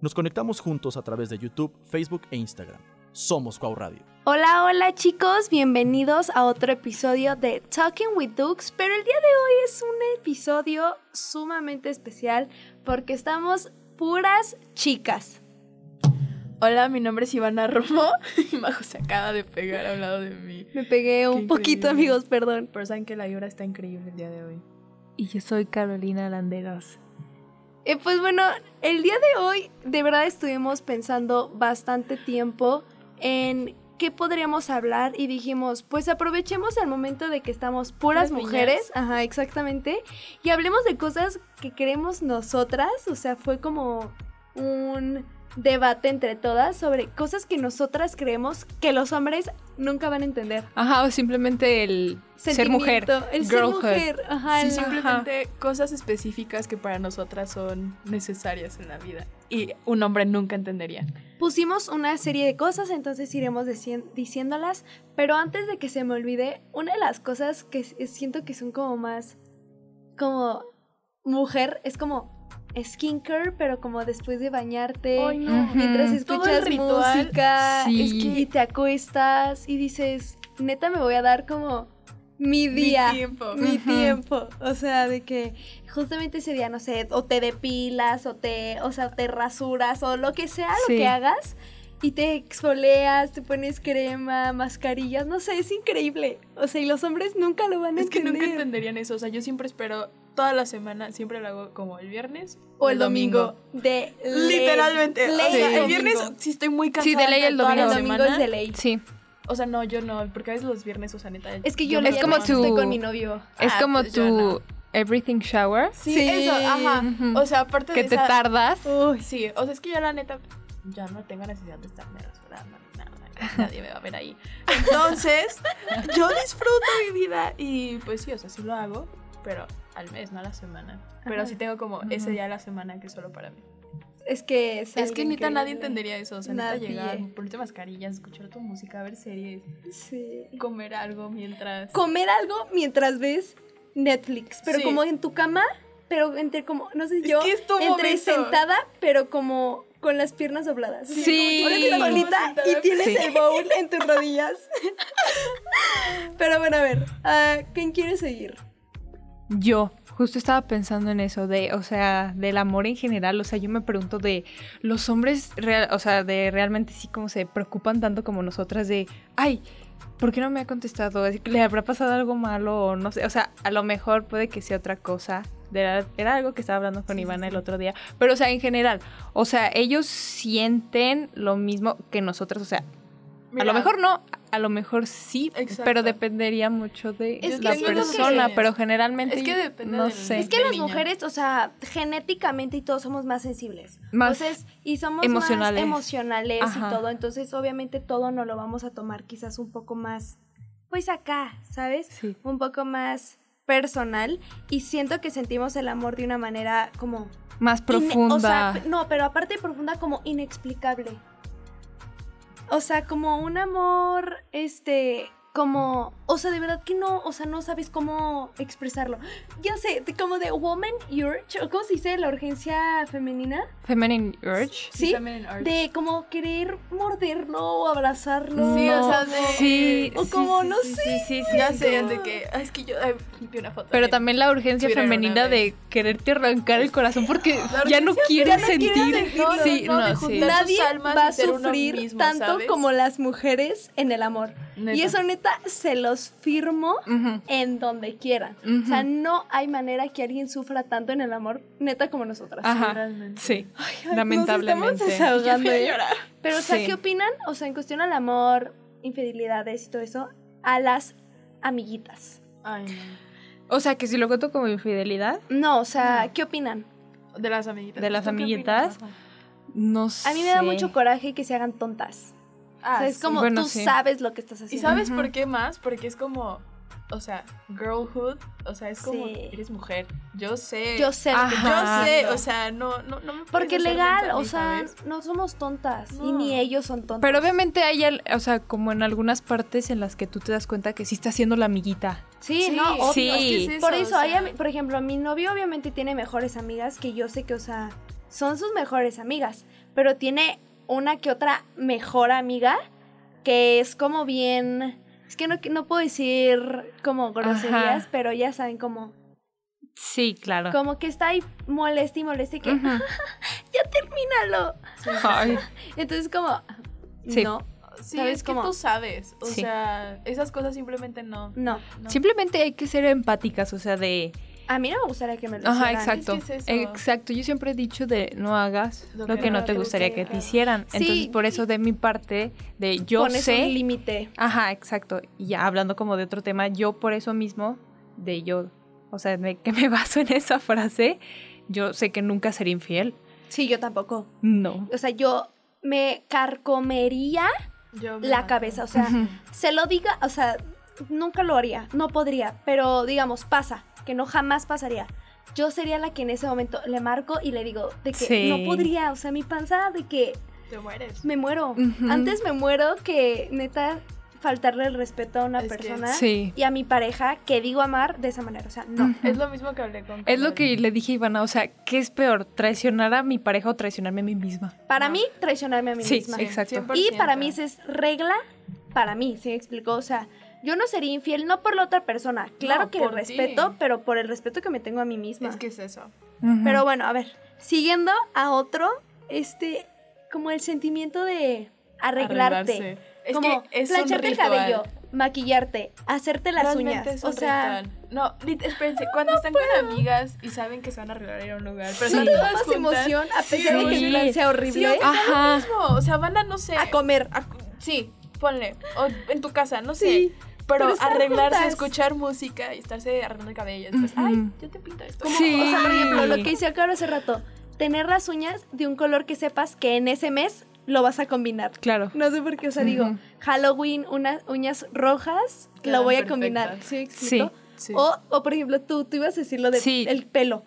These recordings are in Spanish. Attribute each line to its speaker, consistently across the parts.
Speaker 1: Nos conectamos juntos a través de YouTube, Facebook e Instagram. Somos Cuau Radio.
Speaker 2: Hola, hola chicos, bienvenidos a otro episodio de Talking with Dukes, pero el día de hoy es un episodio sumamente especial porque estamos puras chicas.
Speaker 3: Hola, mi nombre es Ivana Romo y Majo se acaba de pegar a un lado de mí.
Speaker 2: Me pegué un poquito,
Speaker 3: increíble.
Speaker 2: amigos, perdón.
Speaker 3: Pero saben que la vibra está increíble el día de hoy.
Speaker 4: Y yo soy Carolina Landeros.
Speaker 2: Eh, pues bueno, el día de hoy de verdad estuvimos pensando bastante tiempo en qué podríamos hablar y dijimos, pues aprovechemos el momento de que estamos puras
Speaker 3: Puras niñas.
Speaker 2: mujeres, ajá, exactamente, y hablemos de cosas que queremos nosotras, o sea, fue como un debate entre todas sobre cosas que nosotras creemos que los hombres nunca van a entender.
Speaker 4: Ajá, o simplemente el ser mujer.
Speaker 2: Sentimiento, El ser
Speaker 4: girlhood.
Speaker 2: mujer, ajá,
Speaker 3: Sí,
Speaker 2: el-
Speaker 3: simplemente cosas específicas que para nosotras son necesarias en la vida y un hombre nunca entendería.
Speaker 2: Pusimos una serie de cosas, entonces iremos decien- diciéndolas, pero antes de que se me olvide, una de las cosas que s- siento que son como más como mujer es como skincare, pero como después de bañarte,
Speaker 4: no.
Speaker 2: mientras
Speaker 4: Ujú.
Speaker 3: Todo el
Speaker 2: escuchas
Speaker 3: ritual.
Speaker 2: música,
Speaker 4: Sí.
Speaker 2: es que y te acuestas y dices, neta me voy a dar como mi día.
Speaker 3: Mi tiempo.
Speaker 2: mi
Speaker 4: Ujú.
Speaker 2: tiempo. O sea, de que justamente ese día, no sé, o te depilas, o te, o sea, te rasuras, o lo que sea,
Speaker 4: Sí.
Speaker 2: lo que hagas. Y te exfoleas, te pones crema, mascarillas, no sé, es increíble. O sea, y los hombres nunca lo van a
Speaker 3: Es que
Speaker 2: entender.
Speaker 3: nunca entenderían eso. O sea, yo siempre espero toda la semana, siempre lo hago como el viernes
Speaker 2: o el domingo. De ley.
Speaker 3: Literalmente. O
Speaker 2: Ley
Speaker 3: sea,
Speaker 2: el
Speaker 3: El viernes
Speaker 2: domingo.
Speaker 3: sí estoy muy cansada.
Speaker 4: de ley el
Speaker 3: toda la
Speaker 2: El
Speaker 4: domingo.
Speaker 2: domingo
Speaker 3: semana.
Speaker 2: es de ley.
Speaker 4: Sí,
Speaker 3: O sea, no, yo no, porque a veces los viernes, o sea, neta.
Speaker 2: Es que yo
Speaker 3: me
Speaker 2: los
Speaker 4: Es como
Speaker 2: viernes
Speaker 3: levanto.
Speaker 4: tu-
Speaker 2: estoy con mi novio.
Speaker 4: es
Speaker 3: Ah,
Speaker 4: como
Speaker 3: pues
Speaker 4: tu
Speaker 3: yo no.
Speaker 4: everything shower
Speaker 3: Sí,
Speaker 2: Sí.
Speaker 3: eso, ajá.
Speaker 4: Ujú.
Speaker 3: O sea, aparte
Speaker 4: que
Speaker 3: de
Speaker 4: te
Speaker 3: esa-
Speaker 4: tardas.
Speaker 3: Uy, sí, o sea, es que yo la neta ya no tengo necesidad de estarme rasurando. ni nada, ni Nadie me va a ver ahí. Entonces, yo disfruto mi vida y pues sí, o sea, sí lo hago, pero al mes, no a la semana. Pero
Speaker 2: Ajá.
Speaker 3: sí tengo como
Speaker 4: Ujú.
Speaker 3: ese día a la semana que es solo para mí.
Speaker 2: Es que es,
Speaker 3: Es
Speaker 2: algo
Speaker 3: que neta nadie
Speaker 2: increíble.
Speaker 3: entendería eso. O sea, neta
Speaker 2: Nadie.
Speaker 3: llegar, ponerte mascarillas, escuchar tu música, ver series,
Speaker 2: Sí.
Speaker 3: comer algo mientras.
Speaker 2: comer algo mientras ves Netflix, pero
Speaker 3: Sí.
Speaker 2: como en tu cama, pero entre como, no sé
Speaker 3: Es
Speaker 2: yo,
Speaker 3: que es tu
Speaker 2: entre
Speaker 3: momento.
Speaker 2: sentada, pero como con las piernas dobladas.
Speaker 4: Sí.
Speaker 2: como que
Speaker 4: Sí.
Speaker 2: tú eres solita
Speaker 3: Sentada,
Speaker 2: y tienes
Speaker 4: sí.
Speaker 2: el bowl en tus rodillas. pero bueno, a ver, ah, ¿quién quiere seguir?
Speaker 4: Yo justo estaba pensando en eso de, o sea, del amor en general, o sea, yo me pregunto de los hombres, real- o sea, de realmente sí como se preocupan tanto como nosotras de, ay, ¿por qué no me ha contestado? Es que ¿Le habrá pasado algo malo o no sé? O sea, a lo mejor puede que sea otra cosa. Era, era algo que estaba hablando con
Speaker 3: Sí, sí,
Speaker 4: Ivana el
Speaker 3: sí.
Speaker 4: otro día, pero o sea, en general, o sea, ellos sienten lo mismo que nosotras, o sea, a
Speaker 3: Mira,
Speaker 4: lo mejor no, a lo mejor sí,
Speaker 3: Exacto.
Speaker 4: pero dependería mucho de
Speaker 2: Es
Speaker 3: que
Speaker 4: la
Speaker 3: sí, creo que-
Speaker 4: persona, pero generalmente
Speaker 3: Es que depende
Speaker 4: no
Speaker 3: del-
Speaker 4: sé.
Speaker 2: Es que
Speaker 3: De
Speaker 2: las
Speaker 3: niña.
Speaker 2: mujeres, o sea, genéticamente y todos somos más sensibles.
Speaker 4: Más
Speaker 2: Entonces, y somos
Speaker 4: emocionales.
Speaker 2: más emocionales
Speaker 4: Ajá.
Speaker 2: y todo. Entonces, obviamente, todo no lo vamos a tomar quizás un poco más, pues acá, ¿sabes?
Speaker 4: Sí.
Speaker 2: Un poco más personal. Y siento que sentimos el amor de una manera como.
Speaker 4: más
Speaker 2: ine-
Speaker 4: profunda.
Speaker 2: o sea, p- no, pero aparte de profunda, como inexplicable. O sea, como un amor, este, como, o sea, de verdad que no, o sea, no sabes cómo expresarlo. Ya sé, de- como de woman urge, o ¿cómo se dice? La urgencia femenina.
Speaker 4: Feminine urge.
Speaker 2: sí,
Speaker 3: también en Arch.
Speaker 2: De como querer morderlo o abrazarlo.
Speaker 3: Sí, o
Speaker 4: No,
Speaker 3: sea, de-
Speaker 4: sí,
Speaker 2: o
Speaker 4: sí,
Speaker 2: como,
Speaker 4: sí,
Speaker 2: no
Speaker 4: sí,
Speaker 2: sé,
Speaker 4: sí, sí, sí,
Speaker 3: Ya
Speaker 4: sí,
Speaker 3: sé,
Speaker 4: como-
Speaker 3: de que. "Ay, Es que yo. Ay, vi una foto.
Speaker 4: Pero
Speaker 3: de-
Speaker 4: también la urgencia
Speaker 3: Twitter
Speaker 4: femenina
Speaker 3: una
Speaker 4: de
Speaker 3: vez.
Speaker 4: quererte arrancar el corazón porque
Speaker 3: La
Speaker 4: ya no
Speaker 3: urgencia
Speaker 4: quieres
Speaker 2: no
Speaker 4: sentir.
Speaker 2: quieres sentirlo,
Speaker 4: sí,
Speaker 3: no, de
Speaker 4: no, sí.
Speaker 3: juntar-
Speaker 2: Nadie
Speaker 3: sus almas
Speaker 2: va
Speaker 3: y
Speaker 2: a
Speaker 3: ser uno
Speaker 2: sufrir
Speaker 3: mismo,
Speaker 2: tanto
Speaker 3: ¿sabes?
Speaker 2: como las mujeres en el amor. Y
Speaker 3: Neta.
Speaker 2: eso neta se los firmo
Speaker 4: Ujú.
Speaker 2: en donde quieran. O sea, no hay manera que alguien sufra tanto en el amor neta como nosotras.
Speaker 3: Ah,
Speaker 4: Ajá.
Speaker 3: realmente.
Speaker 4: Sí.
Speaker 2: Ay,
Speaker 4: Lamentablemente.
Speaker 2: Nos estamos desahogando, ¿eh? Pero, o sea,
Speaker 4: Sí.
Speaker 2: ¿qué opinan? O sea, en cuestión al amor, infidelidades y todo eso, a las amiguitas.
Speaker 3: Ay, no.
Speaker 4: O sea, que si lo cuento como infidelidad,
Speaker 2: No, o sea, ¿qué opinan?
Speaker 3: De las amiguitas.
Speaker 4: De las
Speaker 3: ¿Tú qué
Speaker 4: amiguitas.
Speaker 3: opinas, Rafa?
Speaker 4: no sé.
Speaker 2: A mí me da mucho coraje que se hagan tontas. o sea, es
Speaker 3: sí.
Speaker 2: como
Speaker 4: Bueno,
Speaker 2: tú
Speaker 4: sí.
Speaker 2: sabes lo que estás
Speaker 3: Ah, ¿Y
Speaker 2: haciendo.
Speaker 3: sabes
Speaker 4: Ujú.
Speaker 3: por qué más? Porque es como, o sea, girlhood, o sea, es como,
Speaker 2: Sí.
Speaker 3: eres mujer, yo sé.
Speaker 2: Yo sé lo que
Speaker 4: Ajá.
Speaker 2: estás
Speaker 3: yo sé,
Speaker 2: haciendo.
Speaker 3: o sea, no, no, no me puedes
Speaker 2: Porque
Speaker 3: hacer
Speaker 2: legal,
Speaker 3: mensa a
Speaker 2: o
Speaker 3: mí,
Speaker 2: sea,
Speaker 3: ¿sabes?
Speaker 2: no somos tontas. Y
Speaker 3: No.
Speaker 2: ni ellos son tontos.
Speaker 4: Pero obviamente hay, al- o sea, como en algunas partes en las que tú te das cuenta que sí está siendo la amiguita.
Speaker 2: Sí, no, obvio.
Speaker 4: sí.
Speaker 3: es que es
Speaker 2: Por
Speaker 3: o
Speaker 2: eso,
Speaker 3: sea,
Speaker 2: hay ami- por ejemplo, mi novio obviamente tiene mejores amigas que yo sé que, o sea, son sus mejores amigas, pero tiene una que otra mejor amiga que es como bien... Es que no, no puedo decir como groserías,
Speaker 4: Ajá.
Speaker 2: pero ya saben, como,
Speaker 4: Sí, claro.
Speaker 2: como que está ahí molesta y molesta y que
Speaker 4: Ujú.
Speaker 2: ya termínalo.
Speaker 4: Ay,
Speaker 2: Entonces como,
Speaker 4: Sí.
Speaker 2: no,
Speaker 3: Sí,
Speaker 2: ¿Sabes
Speaker 3: es que
Speaker 2: cómo?
Speaker 3: tú sabes. O
Speaker 4: Sí.
Speaker 3: sea, esas cosas simplemente no.
Speaker 2: no.
Speaker 3: no.
Speaker 4: Simplemente hay que ser empáticas, o sea, de...
Speaker 2: A mí no me gustaría que me lo
Speaker 4: Ajá,
Speaker 2: hicieran.
Speaker 4: exacto.
Speaker 3: es que es eso.
Speaker 4: exacto. Yo siempre he dicho de no hagas lo que, no te gustaría que te
Speaker 3: hagan.
Speaker 4: hicieran.
Speaker 2: Sí.
Speaker 4: Entonces, por eso de mi parte, de yo
Speaker 2: Pones
Speaker 4: sé...
Speaker 2: un límite.
Speaker 4: Ajá, exacto. Y ya hablando como de otro tema, yo por eso mismo, de yo, o sea, de que me baso en esa frase, yo sé que nunca seré infiel.
Speaker 2: Sí, yo tampoco.
Speaker 4: No.
Speaker 2: O sea, yo me carcomería
Speaker 3: Yo me
Speaker 2: la
Speaker 3: mato.
Speaker 2: cabeza. O sea, se lo diga, o sea, nunca lo haría, no podría, pero digamos, pasa, que no jamás pasaría. Yo sería la que en ese momento le marco y le digo de que
Speaker 4: Sí.
Speaker 2: no podría, o sea, mi panza de que
Speaker 3: Te mueres.
Speaker 2: me muero.
Speaker 4: Ujú.
Speaker 2: Antes me muero que neta faltarle el respeto a una
Speaker 3: Es que-
Speaker 2: persona
Speaker 4: Sí. Mm.
Speaker 2: y a mi pareja que digo amar de esa manera, o sea, no.
Speaker 4: Ujú.
Speaker 3: Es lo mismo que hablé con.
Speaker 4: Es
Speaker 3: Carol.
Speaker 4: lo que le dije a Ivana, o sea, ¿qué es peor? ¿Traicionar a mi pareja o traicionarme a mí misma?
Speaker 2: Para
Speaker 3: No.
Speaker 2: mí traicionarme a mí
Speaker 4: Sí,
Speaker 2: misma.
Speaker 4: sí. Exacto.
Speaker 2: Y para mí esa
Speaker 3: 100%.
Speaker 2: es regla, para mí, ¿sí me explicó? O sea, yo no sería infiel, no por la otra persona. Claro
Speaker 3: No,
Speaker 2: que el
Speaker 3: por ti.
Speaker 2: respeto, pero por el respeto que me tengo a mí misma.
Speaker 3: Es que es eso.
Speaker 2: Pero bueno, a ver, siguiendo a otro, este, como el sentimiento de arreglarte.
Speaker 3: Arreglarse. Es
Speaker 2: como
Speaker 3: que es un
Speaker 2: plancharte el
Speaker 3: ritual.
Speaker 2: cabello, maquillarte, hacerte las
Speaker 3: Realmente
Speaker 2: uñas.
Speaker 3: es
Speaker 2: o
Speaker 3: un
Speaker 2: sea,
Speaker 3: ritual. No, lit- espérense, cuando están con amigas y saben que se van a arreglar a ir a un lugar, pero
Speaker 4: Sí.
Speaker 3: están
Speaker 2: te da
Speaker 3: todas
Speaker 2: más
Speaker 3: juntas,
Speaker 2: emoción, a
Speaker 3: Sí,
Speaker 2: pesar de que el plan sea
Speaker 3: Sí,
Speaker 2: horrible,
Speaker 3: o sea,
Speaker 4: ¿eh? Ajá.
Speaker 3: lo mismo, o sea, van a, no sé.
Speaker 2: a comer.
Speaker 3: a- sí, ponle. O en tu casa, no sé.
Speaker 2: Sí.
Speaker 3: Pero,
Speaker 2: pero estar
Speaker 3: arreglarse,
Speaker 2: juntas.
Speaker 3: escuchar música y estarse arreglando el cabello. Después,
Speaker 4: Ujú.
Speaker 3: ay, yo te pinto esto.
Speaker 4: Como- Sí.
Speaker 2: O sea, por ejemplo, lo que hice Caro hace rato, tener las uñas de un color que sepas que en ese mes lo vas a combinar.
Speaker 4: Claro.
Speaker 2: No sé por qué, o sea, digo,
Speaker 4: Ujú.
Speaker 2: Halloween, unas uñas rojas, lo
Speaker 3: Quedan
Speaker 2: voy a
Speaker 3: perfectas.
Speaker 2: combinar. ¿Sí me
Speaker 4: Sí.
Speaker 2: explico? O, o, por ejemplo, tú, tú ibas a decir lo del
Speaker 4: Sí.
Speaker 2: el pelo.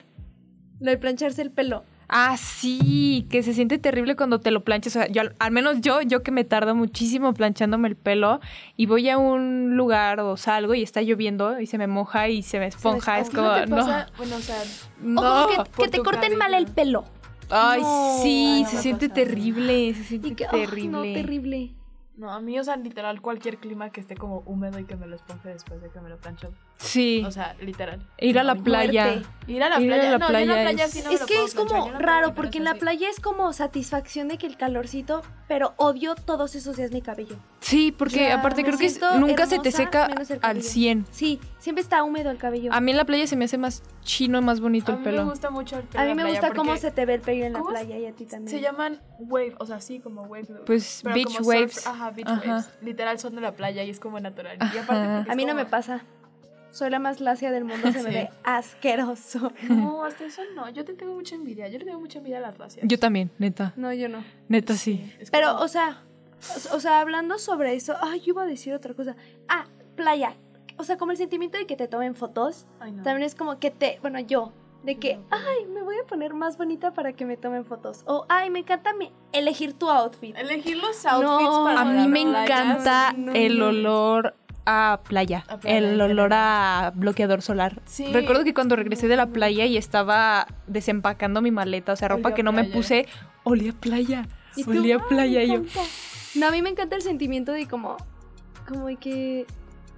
Speaker 2: Lo de plancharse el pelo.
Speaker 4: Ah, sí, que se siente terrible cuando te lo planchas. O sea, yo, al- al menos yo, yo que me tardo muchísimo planchándome el pelo y voy a un lugar o salgo y está lloviendo y se me moja y se me esponja. es
Speaker 3: ¿No te
Speaker 4: como, no.
Speaker 3: pasa? Bueno, o sea,
Speaker 2: O
Speaker 4: no.
Speaker 2: como que,
Speaker 3: por
Speaker 2: que te
Speaker 3: tu
Speaker 2: corten
Speaker 3: cabello.
Speaker 2: mal el pelo.
Speaker 4: Ay,
Speaker 2: No.
Speaker 4: sí,
Speaker 3: Ay, no
Speaker 4: se
Speaker 3: me
Speaker 4: siente
Speaker 3: pasa.
Speaker 4: terrible, se siente
Speaker 2: Y que, terrible.
Speaker 4: terrible.
Speaker 2: no, terrible.
Speaker 3: no, a mí, o sea, literal, cualquier clima que esté como húmedo y que me lo esponje después de que me lo plancho.
Speaker 4: Sí,
Speaker 3: O sea, literal.
Speaker 4: ir a la
Speaker 3: Ay,
Speaker 4: playa.
Speaker 2: Fuerte.
Speaker 3: Ir a la
Speaker 4: Ir a
Speaker 3: playa. no,
Speaker 4: la
Speaker 3: yo en la
Speaker 4: playa
Speaker 3: playa
Speaker 4: es-
Speaker 3: sí no me
Speaker 2: es
Speaker 3: lo
Speaker 2: que
Speaker 3: puedo
Speaker 2: es
Speaker 3: planchar, yo
Speaker 2: como
Speaker 3: en la playa
Speaker 2: raro,
Speaker 3: me
Speaker 2: porque
Speaker 3: parece
Speaker 2: en la
Speaker 3: así.
Speaker 2: playa es como satisfacción de que el calorcito, pero odio todos esos días mi cabello.
Speaker 4: Sí, porque
Speaker 3: Ya,
Speaker 4: aparte
Speaker 3: me
Speaker 4: creo que es-
Speaker 2: siento
Speaker 4: nunca se te
Speaker 2: hermosa
Speaker 4: seca
Speaker 2: menos el
Speaker 4: al
Speaker 2: cabello.
Speaker 4: 100.
Speaker 2: Sí, siempre está húmedo el cabello.
Speaker 4: A mí en la playa se me hace más chino, más bonito
Speaker 3: A
Speaker 4: el
Speaker 3: mí me
Speaker 4: pelo.
Speaker 3: gusta mucho el pelo.
Speaker 2: A mí
Speaker 3: en la
Speaker 2: me
Speaker 3: playa
Speaker 2: gusta cómo
Speaker 3: porque
Speaker 2: se te ve el pelo en la
Speaker 3: ¿Cómo se-
Speaker 2: playa y a ti también.
Speaker 3: Se llaman wave, o sea, sí, como wave.
Speaker 4: Pues
Speaker 3: pero
Speaker 4: beach
Speaker 3: como surf-
Speaker 4: waves.
Speaker 3: ajá, beach
Speaker 4: Ajá.
Speaker 3: waves. Literal son de la playa y es como natural. Y aparte
Speaker 4: Ajá.
Speaker 3: porque es
Speaker 2: a mí no
Speaker 3: como-
Speaker 2: me pasa. Soy la más lacia del mundo, se me
Speaker 3: Sí.
Speaker 2: ve asqueroso.
Speaker 3: No, hasta eso no. Yo te tengo mucha envidia. Yo le tengo mucha envidia a las racias.
Speaker 4: Yo también, neta.
Speaker 2: No, yo no.
Speaker 4: Neta sí.
Speaker 3: es
Speaker 2: Pero,
Speaker 3: como-
Speaker 2: o sea, o, o sea, hablando sobre eso, ay, yo iba a decir otra cosa. Ah, playa. O sea, como el sentimiento de que te tomen fotos,
Speaker 3: Ay, no.
Speaker 2: también es como que te, bueno, yo, de que, ay, me voy a poner más bonita para que me tomen fotos. O, ay, me encanta mi- elegir tu outfit.
Speaker 3: Elegir los outfits
Speaker 2: No,
Speaker 3: para
Speaker 4: A mí
Speaker 3: la
Speaker 4: me
Speaker 3: playa.
Speaker 4: encanta
Speaker 2: no,
Speaker 4: el
Speaker 2: no.
Speaker 4: olor a playa,
Speaker 3: A playa,
Speaker 4: el
Speaker 3: literal.
Speaker 4: olor a bloqueador solar.
Speaker 3: Sí.
Speaker 4: Recuerdo que cuando regresé de la playa y estaba desempacando mi maleta, o sea,
Speaker 3: Olía
Speaker 4: ropa
Speaker 3: a
Speaker 4: que no me
Speaker 3: playa.
Speaker 4: puse, olía a playa.
Speaker 2: Y tú,
Speaker 4: Olía a
Speaker 2: "Ay,
Speaker 4: playa
Speaker 2: me
Speaker 4: y yo.
Speaker 2: encanta". No, a mí me encanta el sentimiento de como, como de que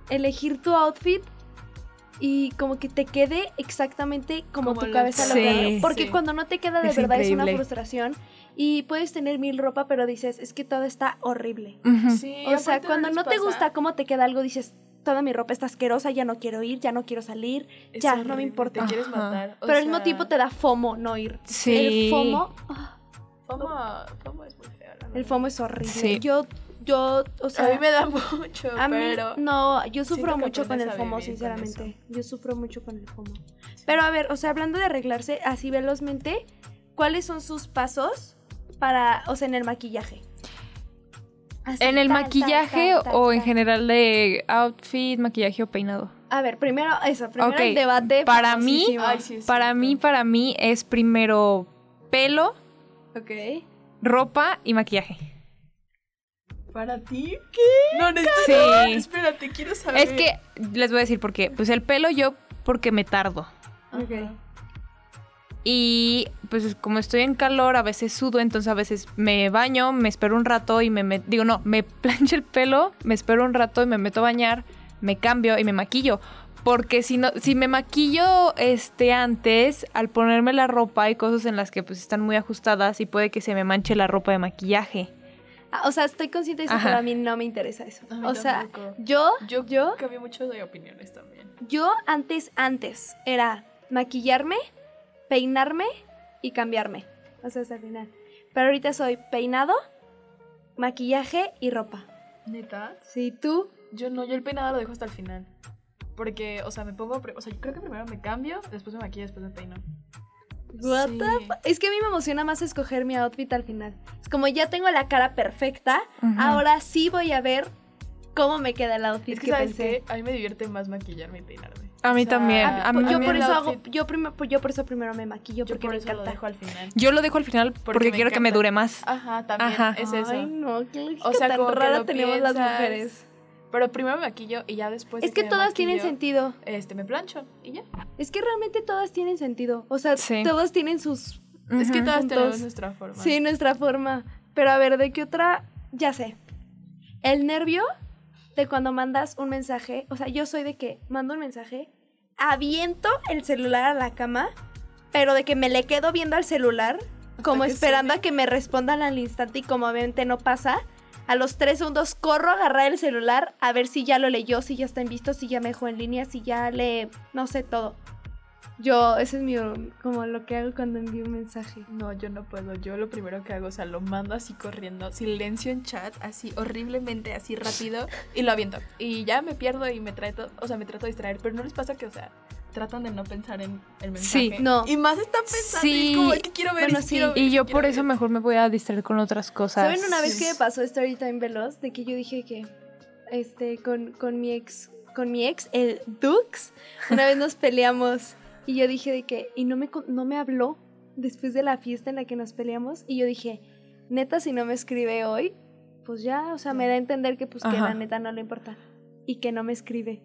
Speaker 2: elegir tu outfit y como que te quede exactamente como,
Speaker 3: Como
Speaker 2: tu
Speaker 3: lo-
Speaker 2: cabeza lo
Speaker 4: Sí,
Speaker 2: planeó. Porque
Speaker 3: sí.
Speaker 2: cuando no te queda de
Speaker 4: Es
Speaker 2: verdad es una
Speaker 4: increíble.
Speaker 2: frustración y puedes tener mil ropa, pero dices, es que todo está horrible.
Speaker 4: Ujú.
Speaker 3: Sí,
Speaker 2: o sea,
Speaker 3: aparte
Speaker 2: cuando
Speaker 3: les
Speaker 2: no te
Speaker 3: pasa,
Speaker 2: gusta cómo te queda algo, dices, toda mi ropa está asquerosa, ya no quiero ir, ya no quiero salir.
Speaker 3: es
Speaker 2: ya, no me
Speaker 3: horrible,
Speaker 2: importa.
Speaker 3: Te quieres
Speaker 4: Ajá.
Speaker 3: matar. o
Speaker 2: pero al mismo
Speaker 3: sea,
Speaker 2: tiempo te da fomo no ir.
Speaker 4: Sí.
Speaker 2: El fomo, ah,
Speaker 3: FOMO, FOMO es muy feo. la
Speaker 2: el
Speaker 3: verdad.
Speaker 2: fomo es horrible.
Speaker 4: Sí.
Speaker 2: Yo, yo, o sea...
Speaker 3: a mí me da mucho,
Speaker 2: A mí,
Speaker 3: pero...
Speaker 2: no, yo sufro
Speaker 3: siento que
Speaker 2: mucho con el
Speaker 3: aprendes a
Speaker 2: FOMO,
Speaker 3: vivir con
Speaker 2: sinceramente. Yo sufro mucho con el FOMO. Pero a ver, o sea, hablando de arreglarse así velozmente, ¿cuáles son sus pasos para, o sea, en el maquillaje? Así,
Speaker 4: ¿En el
Speaker 2: tal, tal,
Speaker 4: maquillaje
Speaker 2: tal, tal,
Speaker 4: o en
Speaker 2: tal.
Speaker 4: general de outfit, maquillaje o peinado?
Speaker 2: A ver, primero eso, primero
Speaker 4: Ok,
Speaker 2: el debate.
Speaker 4: para mí-
Speaker 2: famosísimo.
Speaker 3: Ay, sí, es
Speaker 4: Para
Speaker 3: cierto.
Speaker 4: mí, para mí es primero pelo,
Speaker 2: Ok.
Speaker 4: ropa y maquillaje.
Speaker 3: ¿Para ti? ¿Qué? No, necesito...
Speaker 4: Sí.
Speaker 3: Espérate, quiero saber.
Speaker 4: Es que les voy a decir por qué. Pues el pelo yo porque me tardo.
Speaker 3: Ajá.
Speaker 2: Ok.
Speaker 4: Y pues como estoy en calor, a veces sudo, entonces a veces me baño, me espero un rato y me met- digo, no, me plancho el pelo, me espero un rato y me meto a bañar, me cambio y me maquillo. Porque si no, si me maquillo este antes, al ponerme la ropa hay cosas en las que pues están muy ajustadas y puede que se me manche la ropa de maquillaje.
Speaker 2: Ah, O sea, estoy consciente de eso,
Speaker 4: Ajá.
Speaker 2: pero a mí no me interesa eso.
Speaker 3: A mí
Speaker 2: O sea,
Speaker 3: tampoco.
Speaker 2: yo,
Speaker 3: Yo,
Speaker 2: yo,
Speaker 3: cambié mucho de opiniones también.
Speaker 2: yo antes, antes era maquillarme, peinarme y cambiarme. O sea, hasta el final. Pero ahorita soy peinado, maquillaje y ropa.
Speaker 3: ¿Neta?
Speaker 2: Sí, tú.
Speaker 3: Yo no, yo el peinado lo dejo hasta el final. Porque, o sea, me pongo. pri- O sea, yo creo que primero me cambio, después me maquillo, después me peino.
Speaker 2: What
Speaker 3: Sí.
Speaker 2: Es que a mí me emociona más escoger mi outfit al final. Es como ya tengo la cara perfecta,
Speaker 4: Ujú.
Speaker 2: ahora sí voy a ver cómo me queda el outfit
Speaker 3: Es que,
Speaker 2: que
Speaker 3: ¿sabes
Speaker 2: pensé.
Speaker 3: qué? A mí me divierte más maquillarme y peinarme.
Speaker 4: A mí también.
Speaker 2: Ah,
Speaker 4: A mí-
Speaker 2: yo
Speaker 4: a mí
Speaker 2: por
Speaker 3: el
Speaker 2: eso hago,
Speaker 3: outfit-
Speaker 2: yo, primero yo por eso primero me maquillo
Speaker 3: Yo
Speaker 2: porque
Speaker 3: por
Speaker 2: me
Speaker 3: eso lo
Speaker 2: encanta.
Speaker 3: dejo al final.
Speaker 4: Yo lo dejo al final porque,
Speaker 3: Porque me
Speaker 4: quiero que me
Speaker 3: encanta. Ah,
Speaker 4: dure más.
Speaker 3: Ajá, también.
Speaker 4: Ajá.
Speaker 3: Es eso.
Speaker 2: Ay, no, qué lógica
Speaker 3: O sea,
Speaker 2: tan
Speaker 3: como que
Speaker 2: rara
Speaker 3: lo
Speaker 2: tenemos las
Speaker 3: piensas.
Speaker 2: mujeres.
Speaker 3: Pero primero me maquillo y ya después. de
Speaker 2: Es que
Speaker 3: me
Speaker 2: todas tienen
Speaker 3: maquillo,
Speaker 2: sentido.
Speaker 3: Este, me plancho y ya.
Speaker 2: Es que realmente todas tienen sentido. O sea,
Speaker 4: Sí.
Speaker 2: todas tienen sus...
Speaker 3: Es que
Speaker 4: Ujú.
Speaker 3: todas
Speaker 2: Puntos.
Speaker 3: tenemos nuestra forma.
Speaker 2: Sí, nuestra forma. Pero a ver, ¿de qué otra? Ya sé. El nervio de cuando mandas un mensaje. O sea, yo soy de que mando un mensaje, aviento el celular a la cama, pero de que me le quedo viendo al celular, como
Speaker 3: que
Speaker 2: esperando a que me respondan al instante y como obviamente no pasa. A los tres segundos corro a agarrar el celular a ver si ya lo leyó, si ya está en visto, si ya me dejó en línea, si ya le... no sé, todo. Yo, ese es mi... como lo que hago cuando envío un mensaje.
Speaker 3: No, yo no puedo. Yo lo primero que hago, o sea, lo mando así corriendo, silencio en chat, así horriblemente, así rápido, y lo aviento. Y ya me pierdo y me trato, o sea, me trato de distraer, pero no les pasa que, o sea, tratan de no pensar en el mensaje.
Speaker 4: Sí,
Speaker 2: no.
Speaker 3: Y más están pensando, y
Speaker 4: Sí.
Speaker 3: es como, es que quiero ver,
Speaker 2: Bueno,
Speaker 3: es que
Speaker 2: sí.
Speaker 3: quiero ver,
Speaker 4: Y
Speaker 3: es
Speaker 4: yo
Speaker 3: que
Speaker 4: por
Speaker 3: quiero
Speaker 4: eso
Speaker 3: ver.
Speaker 4: mejor me voy a distraer con otras cosas.
Speaker 2: ¿Saben una vez
Speaker 3: sí.
Speaker 2: que me pasó Storytime Veloz? De que yo dije que este, con, con mi ex, con mi ex, el Dux, una vez nos peleamos y yo dije de que, y no me, con- no me habló después de la fiesta en la que nos peleamos y yo dije, neta, si no me escribe hoy, pues ya, o sea, me da a entender que pues que
Speaker 4: Ajá.
Speaker 2: la neta no le importa y que no me escribe.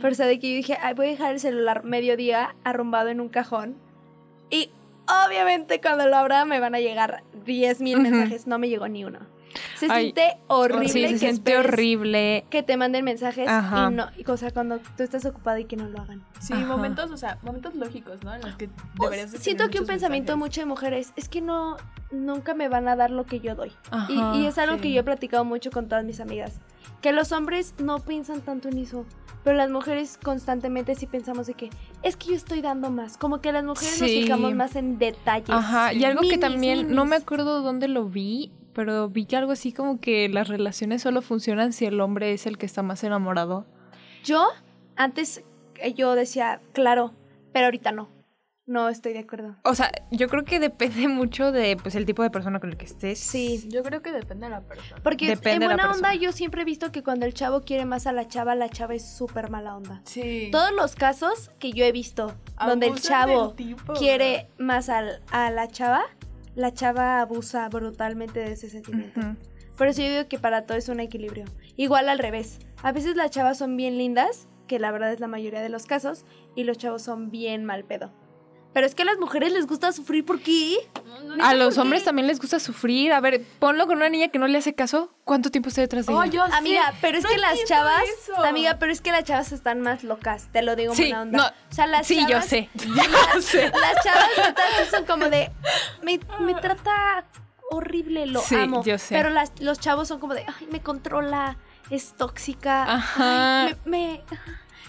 Speaker 2: Pero o sea, de que yo dije, Ay, voy a dejar el celular mediodía arrumbado en un cajón y obviamente cuando lo abra me van a llegar 10.000 mil
Speaker 4: Ujú.
Speaker 2: mensajes, no me llegó ni uno. Se
Speaker 4: Ay,
Speaker 2: siente horrible
Speaker 4: Sí,
Speaker 2: que
Speaker 4: se siente
Speaker 2: esperes
Speaker 4: horrible.
Speaker 2: que te manden mensajes
Speaker 4: Ajá.
Speaker 2: y no, y, o sea, cuando tú estás ocupada y que no lo hagan.
Speaker 3: Sí,
Speaker 4: Ajá.
Speaker 3: momentos, o sea, momentos lógicos, ¿no? En los que
Speaker 2: O
Speaker 3: deberías de
Speaker 2: Pues siento
Speaker 3: tener
Speaker 2: que un
Speaker 3: muchos
Speaker 2: pensamiento
Speaker 3: mensajes.
Speaker 2: mucho de mujeres es que no nunca me van a dar lo que yo doy. Y,
Speaker 4: Ajá,
Speaker 2: y es algo que
Speaker 3: sí.
Speaker 2: yo he platicado mucho con todas mis amigas, que los hombres no piensan tanto en eso, pero las mujeres constantemente sí pensamos de que es que yo estoy dando más, como que las mujeres nos
Speaker 4: Sí.
Speaker 2: fijamos más en detalles.
Speaker 4: Ajá, y algo que
Speaker 2: Minis,
Speaker 4: también, no me
Speaker 2: minis.
Speaker 4: acuerdo dónde lo vi, pero vi que algo así como que las relaciones solo funcionan si el hombre es el que está más enamorado.
Speaker 2: Yo antes eh, yo decía, claro, pero ahorita no. No estoy de acuerdo.
Speaker 4: O sea, yo creo que depende mucho de pues el tipo de persona con el que estés.
Speaker 2: Sí.
Speaker 3: Yo creo que depende de la persona.
Speaker 2: Porque
Speaker 4: Depende de
Speaker 2: en
Speaker 4: la
Speaker 2: buena onda
Speaker 4: persona.
Speaker 2: yo siempre he visto que cuando el chavo quiere más a la chava, la chava es súper mala onda.
Speaker 3: Sí.
Speaker 2: Todos los casos que yo he visto donde el
Speaker 3: Abusan
Speaker 2: chavo
Speaker 3: del tipo,
Speaker 2: quiere más al- a la chava, la chava abusa brutalmente de ese sentimiento.
Speaker 4: Ujú.
Speaker 2: Por eso yo digo que para todo es un equilibrio. Igual al revés. A veces las chavas son bien lindas, que la verdad es la mayoría de los casos, y los chavos son bien mal pedo. Pero es que a las mujeres les gusta sufrir porque...
Speaker 3: ¿verdad?
Speaker 4: A los hombres también les gusta sufrir. A ver, ponlo con una niña que no le hace caso. ¿Cuánto tiempo está detrás de
Speaker 3: Oh,
Speaker 4: ella?
Speaker 3: yo sé.
Speaker 2: Amiga, pero es
Speaker 3: No
Speaker 2: que las
Speaker 3: entiendo
Speaker 2: chavas,
Speaker 3: eso.
Speaker 2: amiga, pero es que las chavas están más locas, te lo digo en
Speaker 4: Sí,
Speaker 2: buena onda.
Speaker 4: no,
Speaker 2: o sea, las
Speaker 4: sí, yo
Speaker 2: chavas-
Speaker 4: sé.
Speaker 2: Las, las chavas neta, sí son como de me, me trata horrible, lo
Speaker 4: Sí,
Speaker 2: amo.
Speaker 4: yo sé.
Speaker 2: Pero las- los chavos son como de ay, me controla, es tóxica.
Speaker 4: Ajá.
Speaker 2: ay, me, me-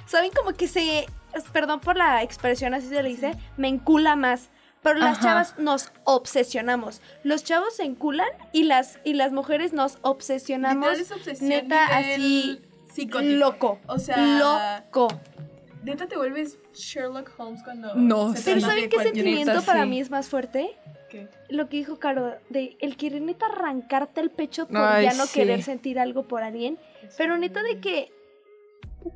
Speaker 2: saben como que se perdón por la expresión así se le dice, me encula más. Pero las
Speaker 4: Ajá.
Speaker 2: chavas nos obsesionamos. Los chavos se enculan y las y las mujeres nos obsesionamos
Speaker 3: Literal es obsesión
Speaker 2: neta
Speaker 3: nivel
Speaker 2: así
Speaker 3: psicótico.
Speaker 2: loco.
Speaker 3: O sea,
Speaker 2: loco.
Speaker 3: neta te vuelves Sherlock Holmes cuando
Speaker 4: No,
Speaker 3: se
Speaker 4: sí.
Speaker 2: Pero
Speaker 3: trata
Speaker 2: ¿saben
Speaker 3: de
Speaker 2: qué
Speaker 3: cualquier-
Speaker 2: sentimiento
Speaker 4: Neta,
Speaker 2: para
Speaker 4: sí.
Speaker 2: mí es más fuerte?
Speaker 3: ¿Qué?
Speaker 2: Lo que dijo Caro, de el querer neta arrancarte el pecho por
Speaker 4: Ay,
Speaker 2: ya no
Speaker 4: sí.
Speaker 2: querer sentir algo por alguien. Pero neta de que.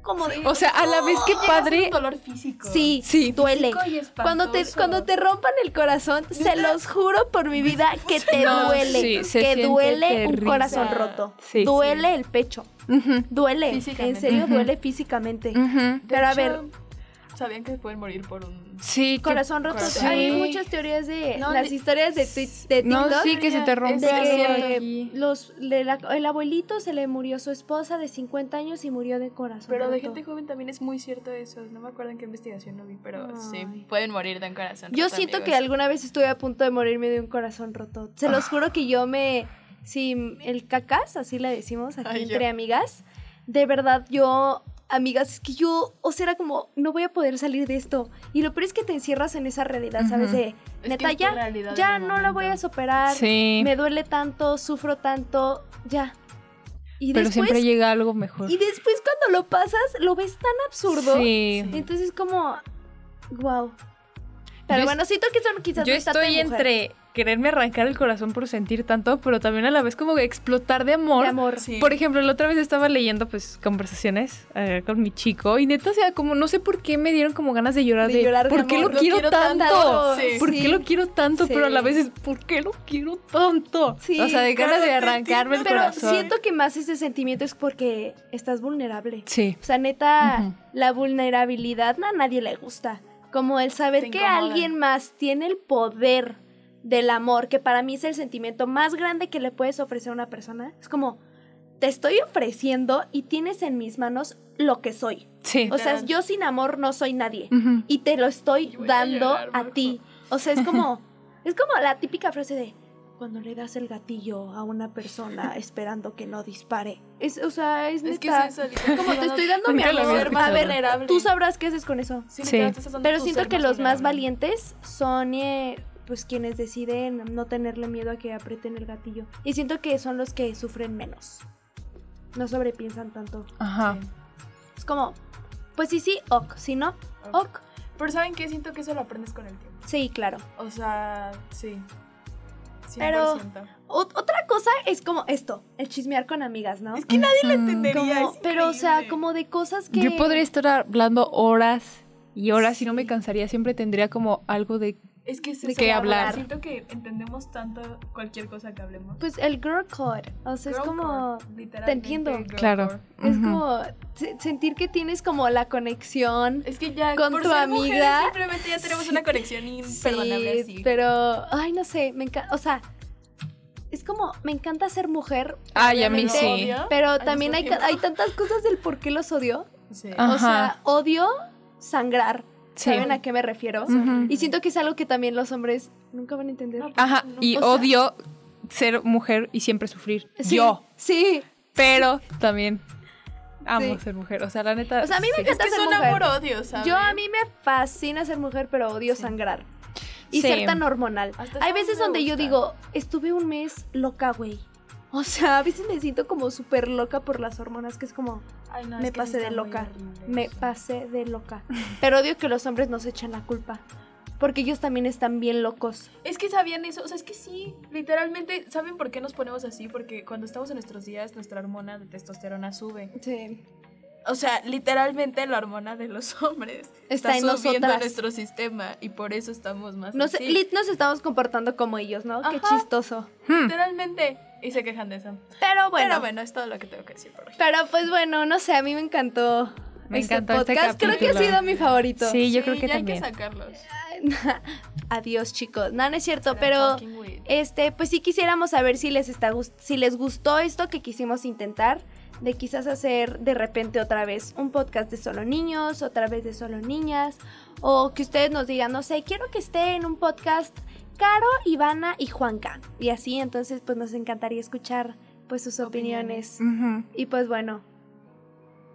Speaker 2: Como de.
Speaker 4: O sea, a la vez que
Speaker 2: ¡Oh!
Speaker 3: Llega a ser
Speaker 4: padre.
Speaker 3: un dolor físico.
Speaker 2: Sí,
Speaker 4: Sí.
Speaker 2: duele.
Speaker 3: Físico y espantoso.
Speaker 2: Cuando te, cuando te rompan el corazón, se los juro por mi vida que te
Speaker 4: No,
Speaker 2: duele.
Speaker 4: sí, se
Speaker 2: que
Speaker 4: siente
Speaker 2: duele un
Speaker 4: terrible.
Speaker 2: corazón roto.
Speaker 4: Sí,
Speaker 2: duele el pecho.
Speaker 4: Ujú,
Speaker 2: Duele. En
Speaker 3: Físicamente.
Speaker 2: serio,
Speaker 4: Ujú.
Speaker 2: duele físicamente.
Speaker 4: ujú.
Speaker 3: De
Speaker 2: Pero a
Speaker 3: hecho,
Speaker 2: ver,
Speaker 3: sabían que se pueden morir por un.
Speaker 4: Sí, que-
Speaker 2: Corazón roto.
Speaker 3: corazón.
Speaker 2: Hay
Speaker 4: Sí.
Speaker 2: muchas teorías de
Speaker 3: No,
Speaker 2: las
Speaker 3: ni-
Speaker 2: historias de, twi- de
Speaker 4: No,
Speaker 2: TikTok.
Speaker 4: sí, que se te rompe.
Speaker 2: de
Speaker 3: cierto.
Speaker 2: que los, de la- el abuelito se le murió su esposa de 50 años y murió de corazón.
Speaker 3: Pero de
Speaker 2: roto.
Speaker 3: gente joven también es muy cierto eso. No me acuerdo en qué investigación lo vi, pero
Speaker 2: Ay.
Speaker 3: sí, pueden morir de un corazón.
Speaker 2: Yo
Speaker 3: roto,
Speaker 2: siento que
Speaker 3: amigos.
Speaker 2: alguna vez estuve a punto de morirme de un corazón roto. Se los juro que yo me. Sí, el cacas, así le decimos aquí
Speaker 3: Ay, yo.
Speaker 2: entre amigas. De verdad, yo. Amigas, es que yo, o sea, era como, no voy a poder salir de esto. Y lo peor es que te encierras en esa realidad, ¿sabes?
Speaker 4: Ujú.
Speaker 2: De,
Speaker 3: Es que
Speaker 2: neta,
Speaker 3: es tu
Speaker 2: ya,
Speaker 3: realidad
Speaker 2: ya
Speaker 3: en el
Speaker 2: no la voy a
Speaker 3: momento.
Speaker 2: superar.
Speaker 4: Sí,
Speaker 2: Me duele tanto, sufro tanto, ya. Y
Speaker 4: pero
Speaker 2: después,
Speaker 4: siempre llega algo mejor.
Speaker 2: y después cuando lo pasas, lo ves tan absurdo.
Speaker 4: Sí.
Speaker 3: Sí.
Speaker 2: Entonces como, wow. Pero
Speaker 4: Yo
Speaker 2: bueno, siento que son quizás
Speaker 4: Yo
Speaker 2: no está tan
Speaker 4: estoy
Speaker 2: mujer.
Speaker 4: entre quererme arrancar el corazón por sentir tanto, pero también a la vez como explotar de amor.
Speaker 2: De amor.
Speaker 3: Sí.
Speaker 4: Por ejemplo, la otra vez estaba leyendo pues conversaciones eh, con mi chico y neta, o sea, como no sé por qué me dieron como ganas de llorar.
Speaker 2: De
Speaker 4: De
Speaker 2: llorar de
Speaker 4: ¿Por qué
Speaker 2: amor.
Speaker 4: lo, quiero, tanto?
Speaker 3: Sí.
Speaker 4: ¿Por qué lo quiero tanto?
Speaker 2: Sí.
Speaker 4: Pero a la vez es ¿por qué lo quiero tanto?
Speaker 2: Sí,
Speaker 4: o sea, de ganas
Speaker 3: claro,
Speaker 4: de
Speaker 3: te
Speaker 4: arrancarme el
Speaker 3: entiendo.
Speaker 2: Pero
Speaker 4: corazón.
Speaker 2: siento que más ese sentimiento es porque estás vulnerable.
Speaker 4: Sí.
Speaker 2: O sea, neta,
Speaker 4: Ujú.
Speaker 2: la vulnerabilidad a nadie le gusta. Como el saber
Speaker 3: Te
Speaker 2: que
Speaker 3: incomoda.
Speaker 2: alguien más tiene el poder del amor, que para mí es el sentimiento más grande que le puedes ofrecer a una persona. Es como, te estoy ofreciendo y tienes en mis manos lo que soy.
Speaker 4: Sí.
Speaker 2: O sea,
Speaker 3: Literal.
Speaker 2: yo sin amor no soy nadie.
Speaker 4: Ujú.
Speaker 2: y te lo estoy
Speaker 3: Yo voy a
Speaker 2: dando
Speaker 3: llorar,
Speaker 2: a
Speaker 3: Marco.
Speaker 2: ti. O sea, es como es como la típica frase de cuando le das el gatillo a una persona esperando que no dispare. Es, o sea, es,
Speaker 3: Es que
Speaker 2: neta.
Speaker 3: es eso, literal,
Speaker 2: como te
Speaker 3: no-
Speaker 2: estoy dando mi
Speaker 4: Nunca lo había
Speaker 2: amor, a
Speaker 4: escuchado.
Speaker 2: ver,
Speaker 3: Vulnerable.
Speaker 2: tú sabrás qué haces con eso.
Speaker 3: Sí,
Speaker 4: Sí.
Speaker 3: literal, te estás dando
Speaker 2: Pero
Speaker 3: tu
Speaker 2: siento
Speaker 3: ser
Speaker 2: que los más
Speaker 3: vulnerable.
Speaker 2: valientes son eh, pues quienes deciden no tenerle miedo a que aprieten el gatillo. Y siento que son los que sufren menos. No sobrepiensan tanto.
Speaker 4: Ajá.
Speaker 2: Es como, pues sí, sí, ok. Si no,
Speaker 3: Ok.
Speaker 2: ok.
Speaker 3: Pero ¿saben qué? Siento que eso lo aprendes con el tiempo.
Speaker 2: Sí, claro.
Speaker 3: O sea, sí. 100%.
Speaker 2: Pero- Ot- otra cosa es como esto, el chismear con amigas, ¿no?
Speaker 3: Es que nadie lo
Speaker 4: Mm.
Speaker 3: entendería.
Speaker 2: Como-
Speaker 3: es
Speaker 2: pero, o sea,
Speaker 3: increíble.
Speaker 2: como de cosas que...
Speaker 4: Yo podría estar hablando horas y horas y no me cansaría. Siempre tendría como algo de...
Speaker 3: Es que es
Speaker 4: de
Speaker 3: eso,
Speaker 4: qué
Speaker 3: la verdad,
Speaker 4: hablar.
Speaker 3: Siento que entendemos tanto cualquier cosa que hablemos.
Speaker 2: Pues el girl code, o sea, Pues es
Speaker 3: Girl
Speaker 2: como...
Speaker 3: code, literalmente
Speaker 2: te entiendo.
Speaker 3: girl
Speaker 4: Claro.
Speaker 3: code.
Speaker 2: Es
Speaker 4: Ujú.
Speaker 2: como se- sentir que tienes como la conexión.
Speaker 3: Es que ya
Speaker 2: Con
Speaker 3: por
Speaker 2: tu
Speaker 3: ser
Speaker 2: amiga.
Speaker 3: mujeres, simplemente ya tenemos una conexión imperdonable
Speaker 2: Sí,
Speaker 3: así.
Speaker 2: pero... Ay, no sé, me encanta... O sea, es como... Me encanta ser mujer,
Speaker 4: Ay, a mí
Speaker 2: Obviamente,
Speaker 4: sí.
Speaker 3: obvio.
Speaker 2: pero
Speaker 3: Al
Speaker 2: también hay,
Speaker 3: mismo
Speaker 2: ca- hay
Speaker 3: tiempo.
Speaker 2: tantas cosas del por qué los odio.
Speaker 3: Sí.
Speaker 4: Ah.
Speaker 2: O sea,
Speaker 4: Ajá.
Speaker 2: odio sangrar.
Speaker 4: Sí.
Speaker 2: ¿Saben a qué me refiero?
Speaker 4: Ujú. Ah,
Speaker 2: Y siento que es algo que también los hombres nunca van a entender.
Speaker 4: Ajá, y
Speaker 2: O sea-
Speaker 4: odio ser mujer y siempre sufrir.
Speaker 2: Sí,
Speaker 4: Yo,
Speaker 2: Sí.
Speaker 4: pero también amo
Speaker 2: Sí.
Speaker 4: ser mujer. O sea, la neta.
Speaker 2: O sea, a mí me
Speaker 4: sí.
Speaker 2: encanta
Speaker 3: Es
Speaker 2: ser
Speaker 3: un
Speaker 2: mujer.
Speaker 3: amor-odio, ¿sabes?
Speaker 2: Yo a mí me fascina ser mujer, pero odio sangrar. Y
Speaker 4: Sí.
Speaker 2: ser tan hormonal.
Speaker 3: Hasta
Speaker 2: Hay
Speaker 3: eso a mí
Speaker 2: veces
Speaker 3: me
Speaker 2: donde yo
Speaker 3: gusta.
Speaker 2: digo, estuve un mes loca, güey. O sea, a veces me siento como súper loca por las hormonas, que es como,
Speaker 3: Ay, no, es
Speaker 2: me
Speaker 3: que sí
Speaker 2: pasé de
Speaker 3: está muy
Speaker 2: loca.
Speaker 3: horrible
Speaker 2: Me
Speaker 3: eso.
Speaker 2: pasé de loca. Pero odio que los hombres nos echen la culpa. Porque ellos también están bien locos.
Speaker 3: Es que sabían eso, o sea, es que sí, literalmente, ¿saben por qué nos ponemos así? Porque cuando estamos en nuestros días, nuestra hormona de testosterona sube.
Speaker 2: Sí.
Speaker 3: O sea, literalmente la hormona de los hombres
Speaker 2: Está
Speaker 3: está,
Speaker 2: en
Speaker 3: subiendo
Speaker 2: nosotras.
Speaker 3: a nuestro sistema y por eso estamos más
Speaker 2: Nos,
Speaker 3: así.
Speaker 2: Lit nos estamos comportando como ellos, ¿no? Qué
Speaker 3: Ajá.
Speaker 2: chistoso.
Speaker 4: Hmm.
Speaker 3: literalmente. Y se quejan de eso.
Speaker 2: Pero bueno.
Speaker 3: Pero bueno, es todo lo que tengo que decir por hoy.
Speaker 2: Pero pues bueno, no sé, a mí me encantó.
Speaker 4: Me encantó este
Speaker 2: Creo que ha
Speaker 4: capítulo.
Speaker 2: sido mi favorito.
Speaker 4: Sí, yo creo que
Speaker 3: ya
Speaker 4: también.
Speaker 3: hay que sacarlos.
Speaker 2: Adiós, chicos. No, no es cierto,
Speaker 3: Era
Speaker 2: pero
Speaker 3: Talking With.
Speaker 4: eh,
Speaker 2: este, pues sí quisiéramos saber si les está gust- si les gustó esto que quisimos intentar de quizás hacer de repente otra vez un podcast de solo niños, otra vez de solo niñas o que ustedes nos digan, no sé, quiero que esté en un podcast Caro, Ivana y Juanca. Y así, entonces pues nos encantaría escuchar pues sus opiniones.
Speaker 3: Opiniones.
Speaker 4: Ujú.
Speaker 2: Y pues bueno,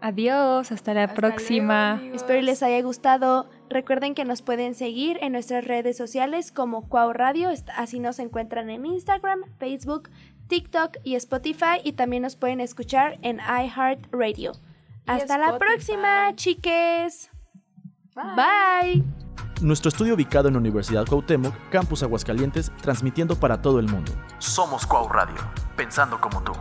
Speaker 4: Adiós, hasta la
Speaker 3: Hasta
Speaker 4: próxima.
Speaker 3: luego, amigos.
Speaker 2: Espero y les haya gustado. Recuerden que nos pueden seguir en nuestras redes sociales como Cuau Radio. est- Así nos encuentran en Instagram, Facebook, TikTok y Spotify. Y también nos pueden escuchar en iHeartRadio.
Speaker 3: Y
Speaker 2: Hasta la
Speaker 3: Spotify.
Speaker 2: próxima, chiques.
Speaker 3: Bye.
Speaker 2: Bye.
Speaker 1: Nuestro estudio ubicado en la Universidad Cuauhtémoc, Campus Aguascalientes, transmitiendo para todo el mundo. Somos Cuau Radio, pensando como tú.